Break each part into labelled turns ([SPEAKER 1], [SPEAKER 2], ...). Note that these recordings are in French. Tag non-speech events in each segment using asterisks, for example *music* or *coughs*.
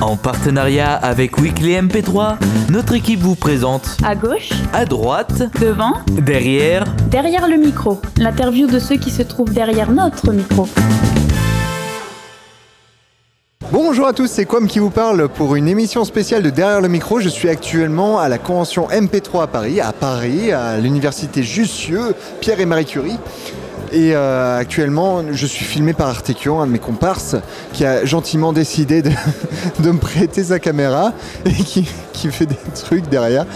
[SPEAKER 1] En partenariat avec Weekly MP3, notre équipe vous présente
[SPEAKER 2] À gauche,
[SPEAKER 1] à droite,
[SPEAKER 2] devant,
[SPEAKER 1] derrière,
[SPEAKER 2] derrière le micro. L'interview de ceux qui se trouvent derrière notre micro.
[SPEAKER 3] Bonjour à tous, c'est Quam qui vous parle pour une émission spéciale de Derrière le micro. Je suis actuellement à la convention MP3 à Paris, à Paris, à l'université Jussieu, Pierre et Marie Curie. Et euh, actuellement, je suis filmé par Artekian, un de mes comparses, qui a gentiment décidé de, *laughs* de me prêter sa caméra et qui, qui fait des trucs derrière.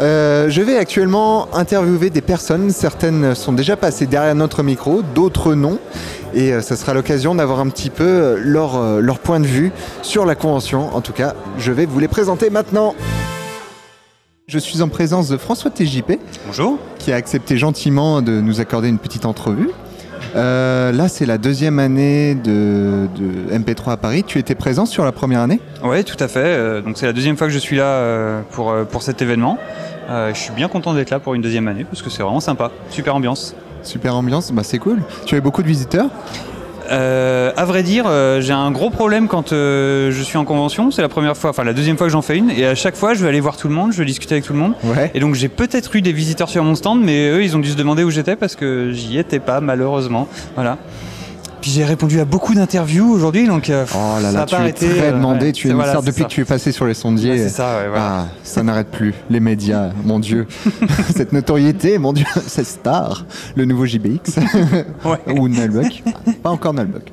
[SPEAKER 3] Euh, je vais actuellement interviewer des personnes. Certaines sont déjà passées derrière notre micro, d'autres non. Et euh, ça sera l'occasion d'avoir un petit peu euh, leur, euh, leur point de vue sur la convention. En tout cas, je vais vous les présenter maintenant. Je suis en présence de François TJP,
[SPEAKER 4] Bonjour.
[SPEAKER 3] qui a accepté gentiment de nous accorder une petite entrevue. Euh, là, c'est la deuxième année de, de MP3 à Paris. Tu étais présent sur la première année
[SPEAKER 4] Ouais, tout à fait. Euh, Donc c'est la deuxième fois que je suis là euh, pour, euh, pour cet événement. Euh, je suis bien content d'être là pour une deuxième année parce que c'est vraiment sympa. Super ambiance.
[SPEAKER 3] Super ambiance, bah c'est cool. Tu avais beaucoup de visiteurs
[SPEAKER 4] Euh, à vrai dire, euh, j'ai un gros problème quand euh, je suis en convention. C'est la première fois, enfin la deuxième fois que j'en fais une. Et à chaque fois, je vais aller voir tout le monde, je vais discuter avec tout le monde.
[SPEAKER 3] Ouais.
[SPEAKER 4] Et donc j'ai peut-être eu des visiteurs sur mon stand, mais eux, ils ont dû se demander où j'étais parce que j'y étais pas, malheureusement. Voilà. Puis j'ai répondu à beaucoup d'interviews aujourd'hui, donc euh,
[SPEAKER 3] Oh là
[SPEAKER 4] ça
[SPEAKER 3] là,
[SPEAKER 4] a
[SPEAKER 3] tu
[SPEAKER 4] pas
[SPEAKER 3] es
[SPEAKER 4] arrêté,
[SPEAKER 3] très
[SPEAKER 4] euh,
[SPEAKER 3] demandé.
[SPEAKER 4] ouais.
[SPEAKER 3] tu es
[SPEAKER 4] C'est-
[SPEAKER 3] une
[SPEAKER 4] voilà,
[SPEAKER 3] star
[SPEAKER 4] c'est
[SPEAKER 3] depuis
[SPEAKER 4] ça.
[SPEAKER 3] que tu es passé sur les sondiers.
[SPEAKER 4] Ouais, c'est ça, ouais, voilà.
[SPEAKER 3] Ah, ça n'arrête plus. Les médias,
[SPEAKER 4] *laughs*
[SPEAKER 3] mon Dieu. Cette notoriété, mon Dieu, *laughs* cette star, le nouveau JBX.
[SPEAKER 4] *laughs* Ouais.
[SPEAKER 3] Ou Nullbuck. Pas encore Nullbuck.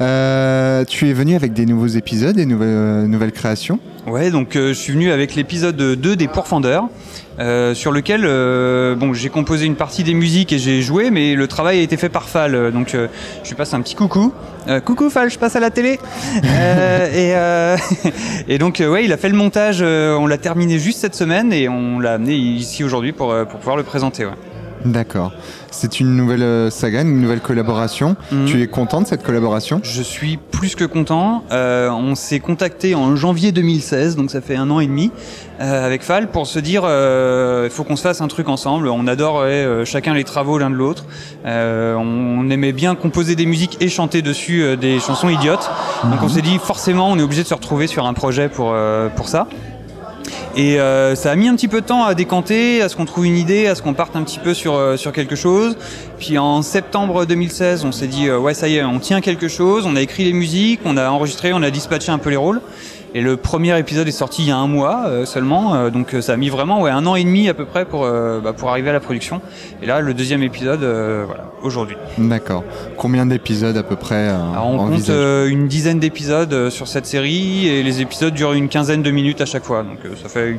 [SPEAKER 3] Euh, tu es venu avec des nouveaux épisodes, des nouvelles, euh, nouvelles créations.
[SPEAKER 4] Ouais, donc euh, je suis venu avec l'épisode 2 des Pourfendeurs, euh, sur lequel euh, bon, j'ai composé une partie des musiques et j'ai joué, mais le travail a été fait par Fal, euh, donc euh, je lui passe un petit coucou. Euh, coucou Fal, je passe à la télé. Euh, et, euh, *laughs* et donc euh, ouais, il a fait le montage, euh, on l'a terminé juste cette semaine et on l'a amené ici aujourd'hui pour, euh, pour pouvoir le présenter. Ouais.
[SPEAKER 3] D'accord. C'est une nouvelle euh, saga, une nouvelle collaboration.
[SPEAKER 4] Mhm.
[SPEAKER 3] Tu es content de cette collaboration
[SPEAKER 4] Je suis plus que content. Euh, on s'est contacté en janvier 2016, donc ça fait un an et demi, euh, avec Fal pour se dire euh, il faut qu'on se fasse un truc ensemble. On adore ouais, euh, chacun les travaux l'un de l'autre. Euh, on, on aimait bien composer des musiques et chanter dessus euh, des chansons idiotes. Donc on s'est dit forcément on est obligé de se retrouver sur un projet pour, euh, pour ça. Et euh, ça a mis un petit peu de temps à décanter, à ce qu'on trouve une idée, à ce qu'on parte un petit peu sur, euh, sur quelque chose. Puis en septembre 2016, on s'est dit, euh, ouais, ça y est, on tient quelque chose, on a écrit les musiques, on a enregistré, on a dispatché un peu les rôles. Et le premier épisode est sorti il y a un mois euh, seulement, euh, donc euh, ça a mis vraiment ouais, un an et demi à peu près pour, euh, bah, pour arriver à la production. Et là, le deuxième épisode, euh, voilà, aujourd'hui.
[SPEAKER 3] D'accord. Combien d'épisodes à peu près euh,
[SPEAKER 4] Alors on compte
[SPEAKER 3] envisagés
[SPEAKER 4] euh, une dizaine d'épisodes euh, sur cette série et les épisodes durent une quinzaine de minutes à chaque fois. Donc euh, ça fait une,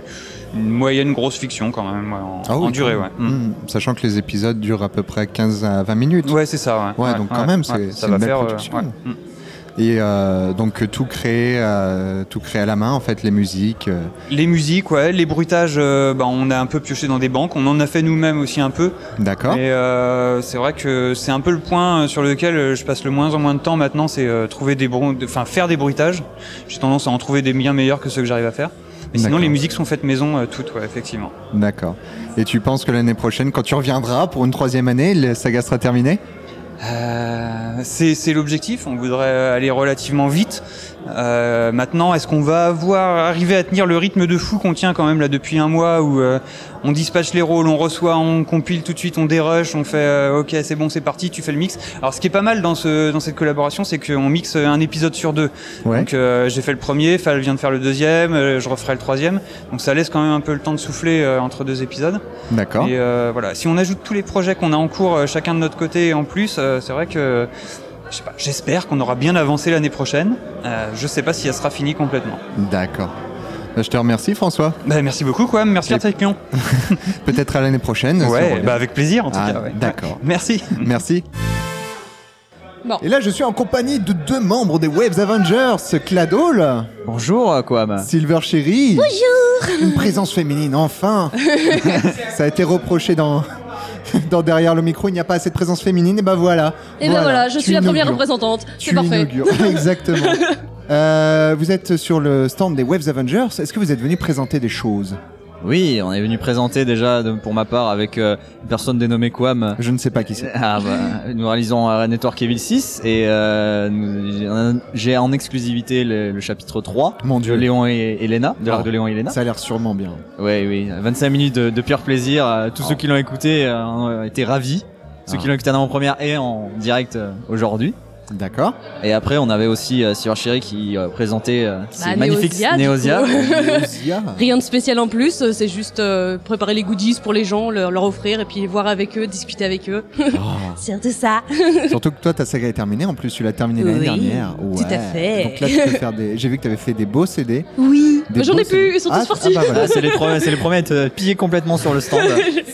[SPEAKER 4] une moyenne grosse fiction quand même ouais, en,
[SPEAKER 3] Ah oui,
[SPEAKER 4] en durée.
[SPEAKER 3] quand
[SPEAKER 4] Ouais,
[SPEAKER 3] même.
[SPEAKER 4] Mm.
[SPEAKER 3] Mhm. Sachant que les épisodes durent à peu près 15 à 20 minutes.
[SPEAKER 4] ouais c'est ça. Ouais,
[SPEAKER 3] Ouais, donc quand même, c'est- c'est
[SPEAKER 4] ça
[SPEAKER 3] une
[SPEAKER 4] va
[SPEAKER 3] belle
[SPEAKER 4] faire, euh,
[SPEAKER 3] production.
[SPEAKER 4] ouais. Mm.
[SPEAKER 3] Et euh, donc euh, tout créé, euh, tout créé à la main en fait, les musiques. euh.
[SPEAKER 4] Les musiques, ouais, les bruitages, euh, bah, on a un peu pioché dans des banques, on en a fait nous-mêmes aussi un peu.
[SPEAKER 3] D'accord.
[SPEAKER 4] Mais euh, c'est vrai que c'est un peu le point euh, sur lequel euh, je passe le moins en moins de temps maintenant, c'est euh, trouver des brou- de- enfin faire des bruitages. J'ai tendance à en trouver des bien meilleurs que ceux que j'arrive à faire. Mais sinon
[SPEAKER 3] D'accord.
[SPEAKER 4] les musiques sont faites maison euh, toutes, ouais, effectivement.
[SPEAKER 3] D'accord. Et tu penses que l'année prochaine, quand tu reviendras pour une troisième année, la saga sera terminée
[SPEAKER 4] Euh, c'est c'est l'objectif, on voudrait aller relativement vite. Euh, maintenant, est-ce qu'on va avoir, arriver à tenir le rythme de fou qu'on tient quand même là depuis un mois où euh, on dispatche les rôles, on reçoit, on compile tout de suite, on dérush, on fait euh, ok c'est bon c'est parti, tu fais le mix. Alors ce qui est pas mal dans, ce, dans cette collaboration c'est qu'on mixe un épisode sur deux.
[SPEAKER 3] Ouais.
[SPEAKER 4] Donc euh, j'ai fait le premier, Fall vient de faire le deuxième, euh, je referai le troisième. Donc ça laisse quand même un peu le temps de souffler euh, entre deux épisodes.
[SPEAKER 3] D'accord.
[SPEAKER 4] Et euh, voilà, si on ajoute tous les projets qu'on a en cours, euh, chacun de notre côté et en plus, euh, c'est vrai que je sais pas, j'espère qu'on aura bien avancé l'année prochaine. Euh, je sais pas si elle sera finie complètement.
[SPEAKER 3] D'accord. Bah, Je te remercie François.
[SPEAKER 4] Bah, merci beaucoup, quoi. Merci
[SPEAKER 3] Et-
[SPEAKER 4] à Taïpion.
[SPEAKER 3] *laughs* Peut-être à l'année prochaine. si on
[SPEAKER 4] Ouais,
[SPEAKER 3] revient.
[SPEAKER 4] bah, avec plaisir en tout
[SPEAKER 3] Ah,
[SPEAKER 4] cas. ouais.
[SPEAKER 3] d'accord.
[SPEAKER 4] *laughs* Merci.
[SPEAKER 3] Merci.
[SPEAKER 5] Bon.
[SPEAKER 3] Et là, je suis en compagnie de deux membres des Waves Avengers, Cladol,
[SPEAKER 6] Bonjour, euh,
[SPEAKER 5] bah.
[SPEAKER 6] Kwam.
[SPEAKER 3] Silver Cherry. Bonjour. Une présence féminine,
[SPEAKER 5] *laughs*
[SPEAKER 3] enfin. Ça a été reproché dans, *laughs* dans derrière le micro. Il n'y a pas assez de présence féminine. Et ben voilà.
[SPEAKER 5] Et ben voilà, je
[SPEAKER 3] tu
[SPEAKER 5] suis la première
[SPEAKER 3] inaugures.
[SPEAKER 5] représentante.
[SPEAKER 3] Tu
[SPEAKER 5] C'est parfait.
[SPEAKER 7] *laughs*
[SPEAKER 3] l'inaugures. Exactement. Euh, vous êtes sur le stand des Waves Avengers. Est-ce que vous êtes venu présenter des choses
[SPEAKER 6] Oui, on est venu présenter déjà, de- pour ma part, avec euh, une personne dénommée Kwam.
[SPEAKER 3] Je ne sais pas qui c'est.
[SPEAKER 6] Ah bah, nous réalisons euh, Network Evil 6 et euh, nous- j'ai en exclusivité le, le chapitre 3
[SPEAKER 3] Mon
[SPEAKER 6] de
[SPEAKER 3] dieu,
[SPEAKER 6] Léon et Elena, de l'arc
[SPEAKER 3] Oh.
[SPEAKER 6] de Léon et Elena.
[SPEAKER 3] ça a l'air sûrement bien. Oh.
[SPEAKER 6] Ouais, oui, 25 minutes de, de pur plaisir. euh, Tous ceux qui l'ont écouté euh, ont été ravis. Ceux
[SPEAKER 3] Ah.
[SPEAKER 6] qui l'ont écouté en première et en direct euh, aujourd'hui.
[SPEAKER 3] D'accord.
[SPEAKER 6] Et après, on avait aussi euh, Sir Chéri qui euh, présentait euh, ses magnifiques
[SPEAKER 7] Bah, Néosia,
[SPEAKER 6] Néosia.
[SPEAKER 7] du coup.
[SPEAKER 6] *laughs*
[SPEAKER 3] Néosia.
[SPEAKER 7] *laughs* Rien de spécial en plus, euh, c'est juste euh, préparer les goodies pour les gens, leur, leur offrir et puis voir avec eux, discuter avec eux.
[SPEAKER 3] Oh.
[SPEAKER 7] *laughs* C'est un peu
[SPEAKER 3] *laughs*
[SPEAKER 7] ça.
[SPEAKER 3] Surtout que toi, ta saga est terminée. En plus, tu l'as terminée l'année
[SPEAKER 7] Oui,
[SPEAKER 3] dernière.
[SPEAKER 7] tout à
[SPEAKER 3] Ouais.
[SPEAKER 7] fait.
[SPEAKER 3] Donc là, tu peux faire des. J'ai vu que tu avais fait des beaux CD.
[SPEAKER 7] Oui.
[SPEAKER 3] Des
[SPEAKER 7] J'en
[SPEAKER 3] beaux
[SPEAKER 7] ai
[SPEAKER 3] CD.
[SPEAKER 7] plus, ils sont
[SPEAKER 3] Ah,
[SPEAKER 7] tous partis.
[SPEAKER 3] Ah, bah voilà.
[SPEAKER 6] Voilà, c'est les premiers, c'est
[SPEAKER 7] *laughs*
[SPEAKER 6] les premiers à être euh, pillés complètement sur le stand.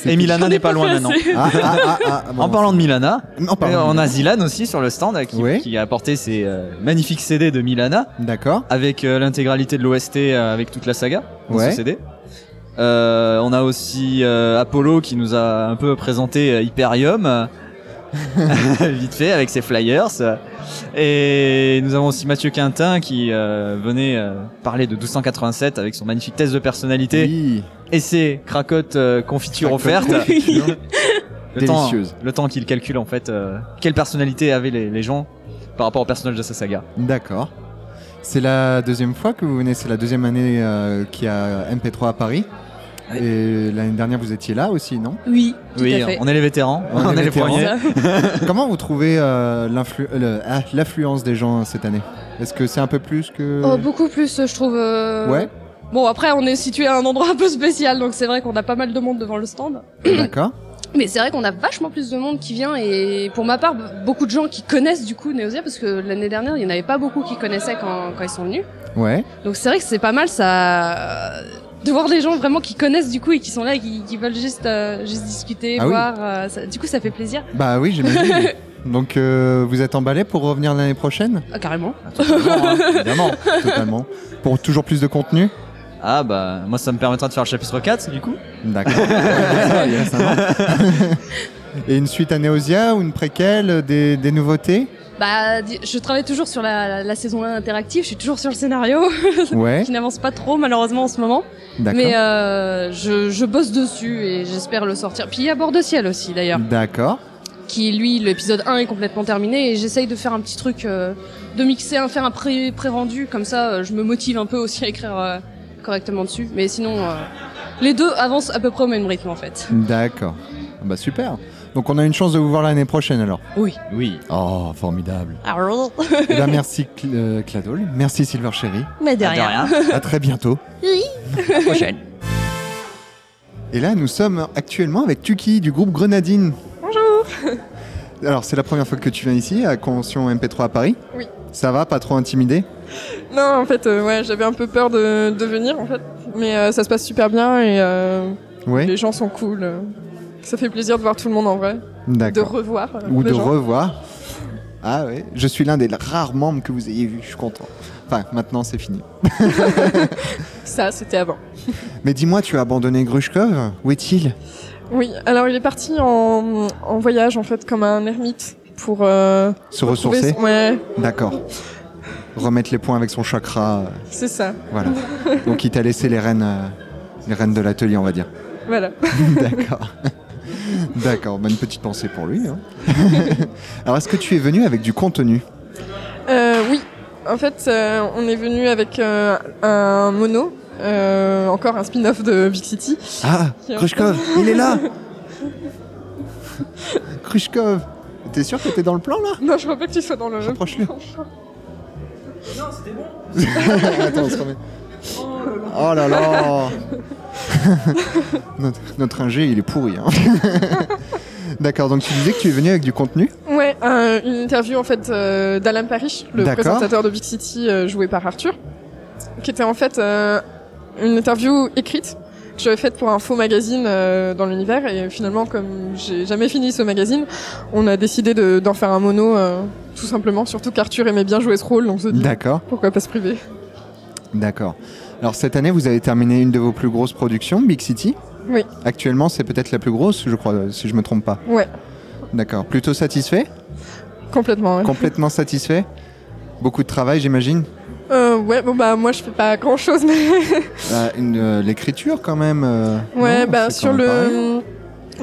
[SPEAKER 6] Et Milana
[SPEAKER 7] J'en ai
[SPEAKER 6] n'est pas
[SPEAKER 7] pas
[SPEAKER 6] loin
[SPEAKER 7] fait
[SPEAKER 6] maintenant.
[SPEAKER 7] assez.
[SPEAKER 3] Ah,
[SPEAKER 6] *laughs*
[SPEAKER 3] ah, ah, ah, bon,
[SPEAKER 6] En parlant de Milana,
[SPEAKER 3] Non,
[SPEAKER 6] euh,
[SPEAKER 3] pardon.
[SPEAKER 6] on a Zilan aussi sur le stand euh, qui,
[SPEAKER 3] Oui.
[SPEAKER 6] qui a apporté ses euh, magnifiques CD de Milana
[SPEAKER 3] D'accord.
[SPEAKER 6] avec euh, l'intégralité de l'OST euh, avec toute la saga dans
[SPEAKER 3] Ouais.
[SPEAKER 6] ce CD. Euh, on a aussi euh, Apollo qui nous a un peu présenté euh, Hyperium
[SPEAKER 3] *laughs*
[SPEAKER 6] *laughs* euh, vite fait avec ses flyers euh. et nous avons aussi Mathieu Quintin qui euh, venait euh, parler de 1287 avec son magnifique test de personnalité
[SPEAKER 3] Oui.
[SPEAKER 6] et ses cracottes euh, confitures
[SPEAKER 3] Cracottes
[SPEAKER 6] offertes
[SPEAKER 3] confitures.
[SPEAKER 6] *laughs* le temps,
[SPEAKER 3] Délicieuse.
[SPEAKER 6] le temps qu'il calcule en fait euh, quelle personnalité avaient les, les gens par rapport au personnage de
[SPEAKER 3] *laughs*
[SPEAKER 6] sa saga
[SPEAKER 3] D'accord. C'est la deuxième fois que vous venez, c'est la deuxième année euh, qu'il y a MP3 à Paris.
[SPEAKER 6] Ouais.
[SPEAKER 3] Et l'année dernière, vous étiez là aussi, non
[SPEAKER 7] Oui, tout
[SPEAKER 6] oui
[SPEAKER 7] à fait.
[SPEAKER 6] on est les vétérans
[SPEAKER 3] On est
[SPEAKER 6] on, est les
[SPEAKER 3] vétérans.
[SPEAKER 6] premiers
[SPEAKER 7] *laughs*
[SPEAKER 3] *laughs* Comment vous trouvez euh, l'influ- euh, le- ah, l'affluence des gens euh, cette année Est-ce que c'est un peu plus que.
[SPEAKER 7] Oh, beaucoup plus, euh, je trouve. euh,
[SPEAKER 3] Ouais,
[SPEAKER 7] Bon, après, on est situé à un endroit un peu spécial, donc c'est vrai qu'on a pas mal de monde devant le stand.
[SPEAKER 3] *coughs* d'accord.
[SPEAKER 7] Mais c'est vrai qu'on a vachement plus de monde qui vient et pour ma part, be- beaucoup de gens qui connaissent du coup Neosia parce que l'année dernière, il n'y en avait pas beaucoup qui connaissaient quand, quand ils sont venus.
[SPEAKER 3] Ouais.
[SPEAKER 7] Donc c'est vrai que c'est pas mal ça euh, de voir des gens vraiment qui connaissent du coup et qui sont là et qui, qui veulent juste euh, juste discuter,
[SPEAKER 3] Ah oui.
[SPEAKER 7] voir. euh, ça- du coup, ça fait plaisir.
[SPEAKER 3] Bah oui, j'imagine.
[SPEAKER 7] *laughs*
[SPEAKER 3] Donc euh, vous êtes emballé pour revenir l'année prochaine
[SPEAKER 7] Ah, carrément.
[SPEAKER 6] Totalement, hein, évidemment.
[SPEAKER 3] Totalement. pour toujours plus de contenu
[SPEAKER 6] ah bah moi ça me permettra de faire le chapitre 4 du coup *laughs*
[SPEAKER 3] D'accord. Ça, Ah, il y a ça, non *laughs* Et une suite à Neosia ou une préquelle, des, des nouveautés
[SPEAKER 7] *laughs* Bah, di- je travaille toujours sur la, la- la saison 1 interactive. Je suis toujours sur le scénario *laughs*
[SPEAKER 3] Ouais,
[SPEAKER 7] qui n'avance pas trop malheureusement en ce moment. Mais
[SPEAKER 3] d'accord.
[SPEAKER 7] euh, je, je bosse dessus et j'espère le sortir. Puis il y a Bord de Ciel aussi d'ailleurs.
[SPEAKER 3] D'accord.
[SPEAKER 7] qui lui l'épisode 1 est complètement terminé et j'essaye de faire un petit truc euh, de mixer un faire un pré rendu comme ça euh, je me motive un peu aussi à écrire euh, correctement dessus mais sinon euh, les deux avancent à peu près au même rythme en fait
[SPEAKER 3] D'accord. Ah Bah super. Donc on a une chance de vous voir l'année prochaine alors.
[SPEAKER 7] oui
[SPEAKER 6] oui
[SPEAKER 3] Oh, formidable. Eh ben, merci Cl- euh, Cladol, merci Silver Cherry.
[SPEAKER 7] mais
[SPEAKER 3] À très bientôt.
[SPEAKER 6] prochaine
[SPEAKER 3] Et là, nous sommes actuellement avec Tuki du groupe Grenadine. Bonjour. Alors, c'est la première fois que tu viens ici à Convention MP3 à Paris.
[SPEAKER 8] Oui.
[SPEAKER 3] Ça va, pas trop intimidé
[SPEAKER 8] *laughs* Non, en fait, euh, ouais, j'avais un peu peur de, de venir, en fait. Mais euh, ça se passe super bien et euh,
[SPEAKER 3] Oui.
[SPEAKER 8] les gens sont cool. euh. Ça fait plaisir de voir tout le monde en vrai, de
[SPEAKER 3] D'accord.
[SPEAKER 8] revoir. euh,
[SPEAKER 3] Ou
[SPEAKER 8] les
[SPEAKER 3] de
[SPEAKER 8] gens.
[SPEAKER 3] revoir. Ah oui, je suis l'un des rares membres que vous ayez vu, je suis content. Enfin, maintenant c'est fini. *laughs*
[SPEAKER 8] Ça, c'était avant.
[SPEAKER 3] Mais dis-moi, tu as abandonné Grushkov Où est-il
[SPEAKER 8] Oui, alors il est parti en, en voyage, en fait, comme un ermite pour euh,
[SPEAKER 3] Se
[SPEAKER 8] trouver
[SPEAKER 3] ressourcer
[SPEAKER 8] son- Ouais,
[SPEAKER 3] D'accord. Remettre les points avec son chakra, euh,
[SPEAKER 8] c'est ça. *laughs*
[SPEAKER 3] voilà. Donc il t'a laissé les rênes, euh, les rênes de l'atelier, on
[SPEAKER 8] *laughs*
[SPEAKER 3] va dire.
[SPEAKER 8] Voilà.
[SPEAKER 3] D'accord. D'accord, bah, une petite pensée pour lui. hein. *laughs* Alors, est-ce que tu es venu avec du contenu
[SPEAKER 8] Euh, oui, en fait, euh, on est venu avec euh, un mono, euh, encore un spin-off de Big City.
[SPEAKER 3] Ah, Khrushchev, il
[SPEAKER 8] *laughs*
[SPEAKER 3] est là Khrushchev, t'es sûr que t'es dans le plan *laughs* là
[SPEAKER 8] Non, je crois pas que tu sois dans le.
[SPEAKER 3] Rapproche-le. *laughs* Attends, on se remet. Oh
[SPEAKER 8] *laughs*
[SPEAKER 3] là là *laughs* notre, notre ingé, il est pourri. hein. *laughs* D'accord, donc tu disais que tu es venu avec du contenu
[SPEAKER 8] Ouais, un- une interview en fait euh, d'Alan Parrish, le
[SPEAKER 3] D'accord.
[SPEAKER 8] présentateur de Big City euh, joué par Arthur, qui était en fait euh, une interview écrite que j'avais faite pour un faux magazine euh, dans l'univers et finalement comme j'ai jamais fini ce magazine, on a décidé de- d'en faire un mono euh, tout simplement, surtout qu'Arthur aimait bien jouer ce rôle donc on se dit
[SPEAKER 3] D'accord,
[SPEAKER 8] pourquoi pas se priver.
[SPEAKER 3] d'accord. Alors cette année, vous avez terminé une de vos plus grosses productions, Big City
[SPEAKER 8] Oui.
[SPEAKER 3] Actuellement, c'est peut-être la plus grosse, je crois, si je me trompe pas.
[SPEAKER 8] Ouais,
[SPEAKER 3] D'accord. Plutôt satisfait
[SPEAKER 8] complètement. ouais.
[SPEAKER 3] Complètement satisfait Beaucoup de travail, j'imagine
[SPEAKER 8] Euh, ouais, bon bah moi je fais pas grand chose, mais *laughs*
[SPEAKER 3] Ah, une, euh, L'écriture quand même. euh,
[SPEAKER 8] ouais,
[SPEAKER 3] non,
[SPEAKER 8] bah
[SPEAKER 3] c'est
[SPEAKER 8] sur
[SPEAKER 3] quand même pareil.
[SPEAKER 8] le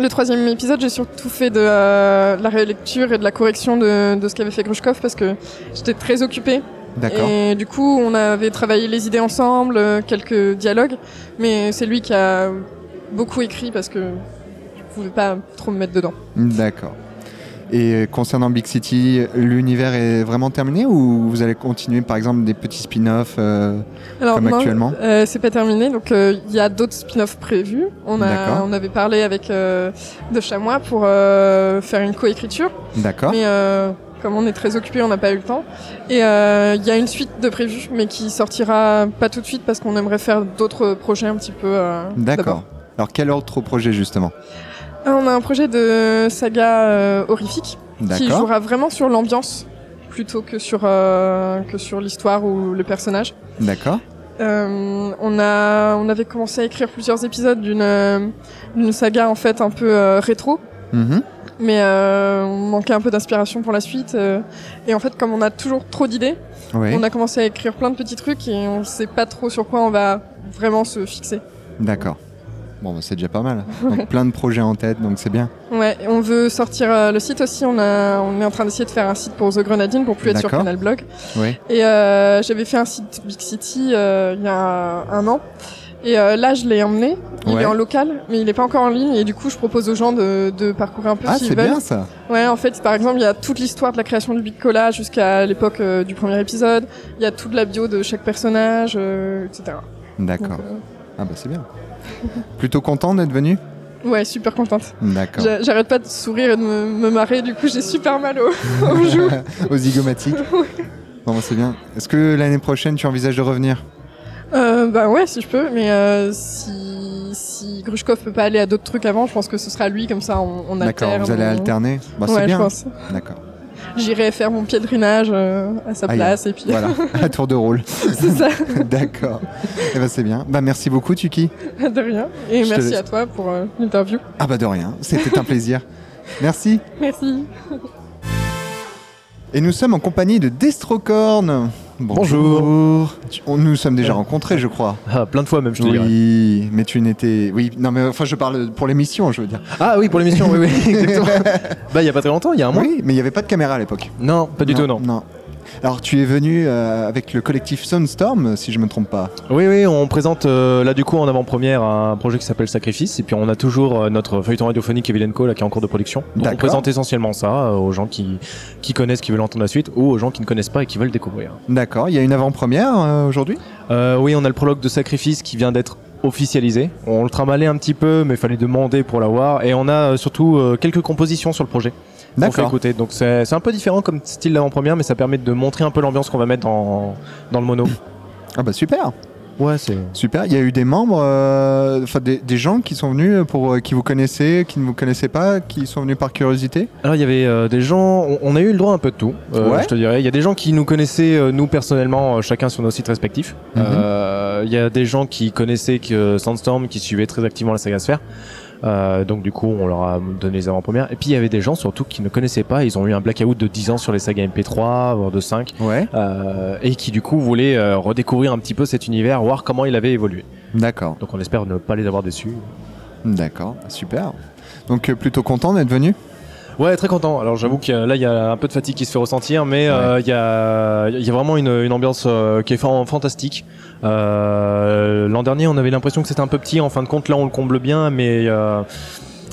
[SPEAKER 8] le troisième épisode, j'ai surtout fait de euh, la rélecture et de la correction de, de ce qu'avait fait Grushkov parce que j'étais très occupée.
[SPEAKER 3] D'accord.
[SPEAKER 8] Et du coup, on avait travaillé les idées ensemble, euh, quelques dialogues, mais c'est lui qui a beaucoup écrit parce que je pouvais pas trop me mettre dedans.
[SPEAKER 3] D'accord. Et euh, concernant Big City, l'univers est vraiment terminé ou vous allez continuer par exemple des petits spin-offs euh,
[SPEAKER 8] Alors
[SPEAKER 3] comme
[SPEAKER 8] non,
[SPEAKER 3] actuellement
[SPEAKER 8] euh, c'est pas terminé, donc euh, il y a d'autres spin-offs prévus. On a,
[SPEAKER 3] D'accord.
[SPEAKER 8] on avait parlé avec euh, De Chamois pour euh, faire une coécriture,
[SPEAKER 3] D'accord.
[SPEAKER 8] mais euh, comme on est très occupé, on n'a pas eu le temps. Et euh, il y a une suite de prévus, mais qui sortira pas tout de suite parce qu'on aimerait faire d'autres projets un petit peu. euh, d'abord.
[SPEAKER 3] D'accord. Alors quel autre projet justement
[SPEAKER 8] Ah, on a un projet de saga euh, horrifique qui
[SPEAKER 3] D'accord.
[SPEAKER 8] jouera vraiment sur l'ambiance plutôt que sur euh, que sur l'histoire ou le personnage.
[SPEAKER 3] D'accord.
[SPEAKER 8] Euh, on a, on avait commencé à écrire plusieurs épisodes d'une euh, d'une saga en fait un peu euh, rétro,
[SPEAKER 3] Mhm.
[SPEAKER 8] mais euh, on manquait un peu d'inspiration pour la suite. euh, et en fait, comme on a toujours trop d'idées,
[SPEAKER 3] Oui.
[SPEAKER 8] on a commencé à écrire plein de petits trucs et on sait pas trop sur quoi on va vraiment se fixer.
[SPEAKER 3] D'accord. Bon, bah, c'est déjà pas mal.
[SPEAKER 8] *laughs*
[SPEAKER 3] Donc plein de projets en tête, donc c'est bien.
[SPEAKER 8] Ouais, et on veut sortir euh, le site aussi. On a, on est en train d'essayer de faire un site pour The Grenadine pour plus être sur
[SPEAKER 3] D'accord.
[SPEAKER 8] Canal Blog.
[SPEAKER 3] Oui.
[SPEAKER 8] Et euh, j'avais fait un site Big City euh, il y a un an. Et euh, là, je l'ai emmené. Il
[SPEAKER 3] Ouais.
[SPEAKER 8] est en local, mais il n'est pas encore en ligne. Et du coup, je propose aux gens de, de parcourir un peu
[SPEAKER 3] Ah,
[SPEAKER 8] s'ils
[SPEAKER 3] c'est
[SPEAKER 8] veulent.
[SPEAKER 3] bien ça.
[SPEAKER 8] Ouais, en fait, par exemple, il y a toute l'histoire de la création du Big Cola jusqu'à l'époque euh, du premier épisode. Il y a toute la bio de chaque personnage, euh, etc.
[SPEAKER 3] D'accord.
[SPEAKER 8] Donc,
[SPEAKER 3] Ah bah c'est bien. Plutôt content d'être venu
[SPEAKER 8] euh, ouais, super contente.
[SPEAKER 3] D'accord.
[SPEAKER 8] J'a- J'arrête pas de sourire et de me, me marrer. Du coup, j'ai super mal au- *laughs* aux joues.
[SPEAKER 3] *laughs* Aux zygomatiques. Bon, bah, c'est bien. Est-ce que l'année prochaine tu envisages de revenir
[SPEAKER 8] Euh, bah ouais, si je peux, mais euh, si, si Grushkov peut pas aller à d'autres trucs avant, je pense que ce sera lui, comme ça on, on
[SPEAKER 3] D'accord,
[SPEAKER 8] alterne.
[SPEAKER 3] vous allez
[SPEAKER 8] on-
[SPEAKER 3] alterner Bah c'est
[SPEAKER 8] ouais, je
[SPEAKER 3] bien.
[SPEAKER 8] pense.
[SPEAKER 3] D'accord.
[SPEAKER 8] J'irai faire mon pièdrinage euh, à sa
[SPEAKER 3] Aïe.
[SPEAKER 8] place, et puis
[SPEAKER 3] Voilà, à tour de rôle.
[SPEAKER 8] *laughs* c'est
[SPEAKER 3] *laughs*
[SPEAKER 8] ça,
[SPEAKER 3] D'accord. Et bah c'est bien. Bah merci beaucoup Tuki.
[SPEAKER 8] de rien. Et
[SPEAKER 3] Je te
[SPEAKER 8] merci
[SPEAKER 3] laisse.
[SPEAKER 8] à toi pour euh, l'interview.
[SPEAKER 3] Ah bah de rien, c'était un plaisir. Merci.
[SPEAKER 8] Merci.
[SPEAKER 3] Et nous sommes en compagnie de Destrocorn.
[SPEAKER 9] Bonjour.
[SPEAKER 3] Tu- on- Nous sommes déjà rencontrés, je crois.
[SPEAKER 9] Ah, plein de fois même, je te dirais.
[SPEAKER 3] Oui, mais tu n'étais. Oui, non, mais enfin, je parle pour l'émission, je veux dire.
[SPEAKER 9] Ah oui, pour l'émission, oui,
[SPEAKER 3] *laughs*
[SPEAKER 9] oui, exactement. bah, il y a pas très longtemps, il y a un mois.
[SPEAKER 3] Oui, mais il n'y avait pas de caméra à l'époque.
[SPEAKER 9] Non, pas du tout, non.
[SPEAKER 3] Non. Alors, tu es venu euh, avec le collectif Sunstorm, si je me trompe pas.
[SPEAKER 9] Oui, oui, on présente euh, là du coup en avant-première un projet qui s'appelle Sacrifice, et puis on a toujours euh, notre feuilleton radiophonique Evilenco là qui est en cours de production. Donc on
[SPEAKER 3] D'accord.
[SPEAKER 9] présente essentiellement ça euh, aux gens qui, qui connaissent, qui veulent entendre la suite, ou aux gens qui ne connaissent pas et qui veulent découvrir.
[SPEAKER 3] D'accord, il y a une avant-première euh, aujourd'hui
[SPEAKER 9] Euh, oui, on a le prologue de Sacrifice qui vient d'être officialisé. On le trimbalait un petit peu, mais fallait demander pour l'avoir, et on a euh, surtout euh, quelques compositions sur le projet. qu'on fait
[SPEAKER 3] D'accord.
[SPEAKER 9] écouter. Donc c'est c'est un peu différent comme style d'avant-première, mais ça permet de montrer un peu l'ambiance qu'on va mettre dans, dans le mono.
[SPEAKER 3] Ah, bah super,
[SPEAKER 9] Ouais, c'est.
[SPEAKER 3] super. Il y a eu des membres, euh, enfin, des, des gens qui sont venus pour. euh, qui vous connaissaient, qui ne vous connaissaient pas, qui sont venus par curiosité
[SPEAKER 9] Alors il y avait euh, des gens, on, on a eu le droit un peu de tout. euh,
[SPEAKER 3] Ouais.
[SPEAKER 9] Je te dirais, il y a des gens qui nous connaissaient euh, nous personnellement, euh, chacun sur nos sites respectifs.
[SPEAKER 3] Mhm.
[SPEAKER 9] Euh, Il y a des gens qui connaissaient que euh, Sandstorm, qui suivaient très activement la saga Sphère. Euh, donc du coup, on leur a donné les avant-premières. Et puis il y avait des gens surtout qui ne connaissaient pas. Ils ont eu un blackout de 10 ans sur les sagas MP3, voire de 5.
[SPEAKER 3] Ouais.
[SPEAKER 9] euh, et qui du coup voulaient euh, redécouvrir un petit peu cet univers, voir comment il avait évolué.
[SPEAKER 3] D'accord,
[SPEAKER 9] Donc on espère ne pas les avoir déçus.
[SPEAKER 3] d'accord, super. Donc, euh, plutôt content d'être venu
[SPEAKER 9] Ouais, très content. Alors j'avoue que euh, là, il y a un peu de fatigue qui se fait ressentir, mais euh, il y, a, il y a vraiment une, une ambiance euh, qui est fan- fantastique. Euh, L'an dernier, on avait l'impression que c'était un peu petit. En fin de compte, là, on le comble bien, mais euh,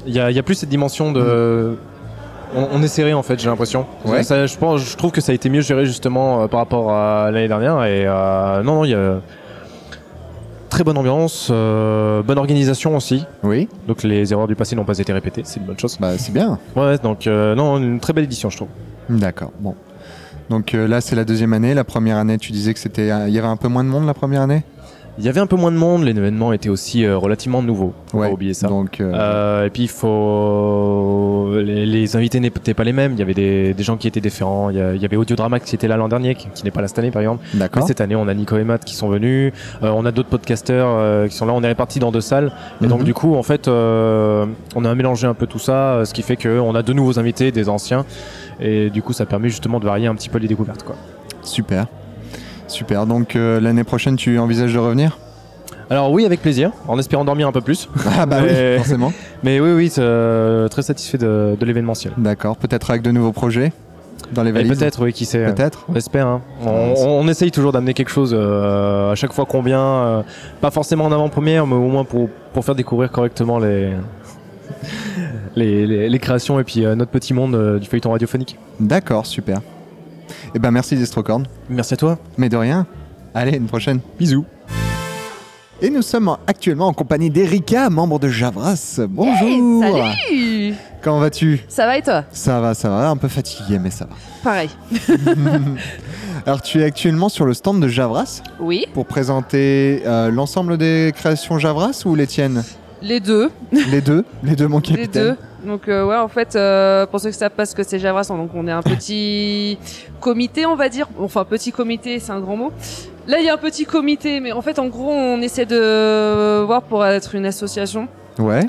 [SPEAKER 9] il y, a, il y a plus cette dimension de... On, on est serré en fait, j'ai l'impression.
[SPEAKER 3] Mm. Ouais.
[SPEAKER 9] Ça, je pense, je trouve que ça a été mieux géré justement euh, par rapport à l'année dernière. Et euh, non, non, il y a très bonne ambiance, euh, bonne organisation aussi.
[SPEAKER 3] Oui,
[SPEAKER 9] Donc les erreurs du passé n'ont pas été répétées, c'est une bonne chose.
[SPEAKER 3] bah, c'est bien.
[SPEAKER 9] Ouais, donc euh, non, une très belle édition, je trouve.
[SPEAKER 3] D'accord, bon. Donc euh, là, c'est la deuxième année. La première année, tu disais que c'était, euh, il y avait un peu moins de monde la première année.
[SPEAKER 9] Il y avait un peu moins de monde, l'événement était aussi euh, relativement nouveau. Faut pas oublier ça.
[SPEAKER 3] Donc euh,
[SPEAKER 9] Euh, et puis il faut les, les invités n'étaient pas les mêmes. Il y avait des, des gens qui étaient différents. Il y, a- il y avait Audiodrama qui était là l'an dernier, qui, qui n'est pas là cette année par exemple. Mais
[SPEAKER 3] d'accord.
[SPEAKER 9] cette année, on a Nico et Matt qui sont venus. Euh, on a d'autres podcasters euh, qui sont là. On est répartis dans deux salles. Et donc
[SPEAKER 3] Mhm.
[SPEAKER 9] du coup, en fait, euh, on a mélangé un peu tout ça, euh, ce qui fait qu'on a de nouveaux invités, des anciens. Et du coup, ça permet justement de varier un petit peu les découvertes, quoi.
[SPEAKER 3] Super. Super, donc euh, l'année prochaine, tu envisages de revenir
[SPEAKER 9] Alors oui, avec plaisir, en espérant dormir un peu plus.
[SPEAKER 3] Ah bah oui,
[SPEAKER 9] Ouais.
[SPEAKER 3] forcément.
[SPEAKER 9] Mais oui, oui, c'est, euh, très satisfait de, de l'événementiel.
[SPEAKER 3] D'accord, peut-être avec de nouveaux projets dans les
[SPEAKER 9] Et
[SPEAKER 3] valises
[SPEAKER 9] peut-être, oui, qui sait. euh,
[SPEAKER 3] Peut-être Ah,
[SPEAKER 9] On espère. hein. On, on- on essaye toujours d'amener quelque chose euh, à chaque fois qu'on vient. euh, pas forcément en avant-première, mais au moins pour, pour faire découvrir correctement les, *laughs* les, les- les créations et puis euh, notre petit monde euh, du feuilleton radiophonique.
[SPEAKER 3] D'accord, super. Eh ben merci Destrocorn.
[SPEAKER 9] Merci à toi.
[SPEAKER 3] Mais de rien. Allez, une prochaine.
[SPEAKER 9] Bisous.
[SPEAKER 3] Et nous sommes en- actuellement en compagnie d'Erika, membre de Javras. *laughs* Bonjour.
[SPEAKER 5] Salut
[SPEAKER 3] Comment vas-tu
[SPEAKER 5] Ça va et toi
[SPEAKER 3] Ça va, ça va. Un peu fatigué, mais ça va. *laughs*
[SPEAKER 5] Pareil.
[SPEAKER 3] Alors, tu es actuellement sur le stand de Javras
[SPEAKER 5] Oui,
[SPEAKER 3] pour présenter euh, l'ensemble des créations Javras ou les
[SPEAKER 5] *laughs*
[SPEAKER 3] tiennes
[SPEAKER 5] les deux.
[SPEAKER 3] Les deux Les deux, mon capitaine.
[SPEAKER 5] Les deux. Donc euh, ouais, en fait, euh, pour ceux qui savent pas ce que c'est Javras, hein, donc on
[SPEAKER 3] *laughs*
[SPEAKER 5] est un petit comité, on va dire. Enfin, petit comité, c'est un grand mot. Là, il y a un petit comité, mais en fait, en gros, on essaie de voir pour être une association.
[SPEAKER 3] Ouais,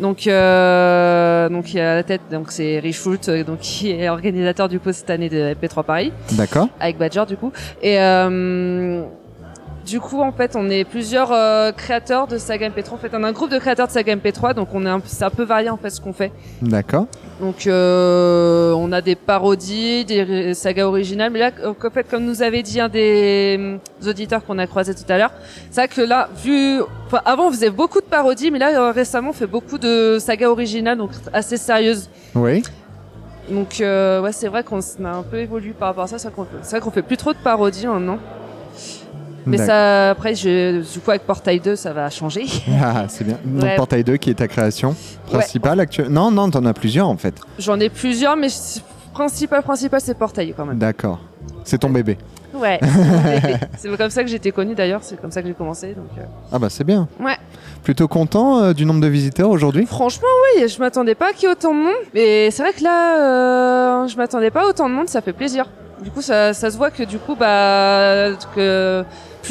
[SPEAKER 5] Donc, euh, donc il y a la tête, donc c'est Richult, euh, donc *laughs* qui est organisateur du coup cette année de MP3 Paris
[SPEAKER 3] d'accord.
[SPEAKER 5] avec Badger du coup. Et euh, du coup, en fait, on est plusieurs euh, créateurs de Saga MP3. En fait, on a un groupe de créateurs de Saga MP3, donc on est un, c'est un peu varié en fait ce qu'on fait.
[SPEAKER 3] D'accord.
[SPEAKER 5] Donc euh, on a des parodies, des ré- sagas originales, mais là, euh, en fait, comme nous avait dit un des hum, auditeurs qu'on a croisé tout à l'heure, c'est vrai que là, vu, enfin, avant on faisait beaucoup de parodies, mais là euh, récemment on fait beaucoup de sagas originales, donc assez sérieuses.
[SPEAKER 3] Oui.
[SPEAKER 5] Donc euh, ouais, c'est vrai qu'on s- on a un peu évolué par rapport à ça. C'est vrai qu'on fait, c'est vrai qu'on fait plus trop de parodies maintenant. Mais
[SPEAKER 3] D'accord.
[SPEAKER 5] ça, après, je, du coup, avec Portail 2, ça va changer. *laughs*
[SPEAKER 3] Ah, c'est bien. Donc,
[SPEAKER 5] Ouais.
[SPEAKER 3] Portail 2 qui est ta création principale actuelle. Non, non, t'en as plusieurs en fait.
[SPEAKER 5] J'en ai plusieurs, mais je- principal, principal, c'est Portail quand même.
[SPEAKER 3] D'accord. C'est ton bébé.
[SPEAKER 5] Ouais, c'est mon bébé. *laughs* c'est comme ça que j'étais connue d'ailleurs, c'est comme ça que j'ai commencé. Donc, euh.
[SPEAKER 3] Ah bah c'est bien.
[SPEAKER 5] Ouais.
[SPEAKER 3] Plutôt content euh, du nombre de visiteurs aujourd'hui
[SPEAKER 5] Franchement, oui, je m'attendais pas qu'il y ait autant de monde. Mais c'est vrai que là, euh, je m'attendais pas à autant de monde, ça fait plaisir. Du coup, ça, ça se voit que du coup, bah, que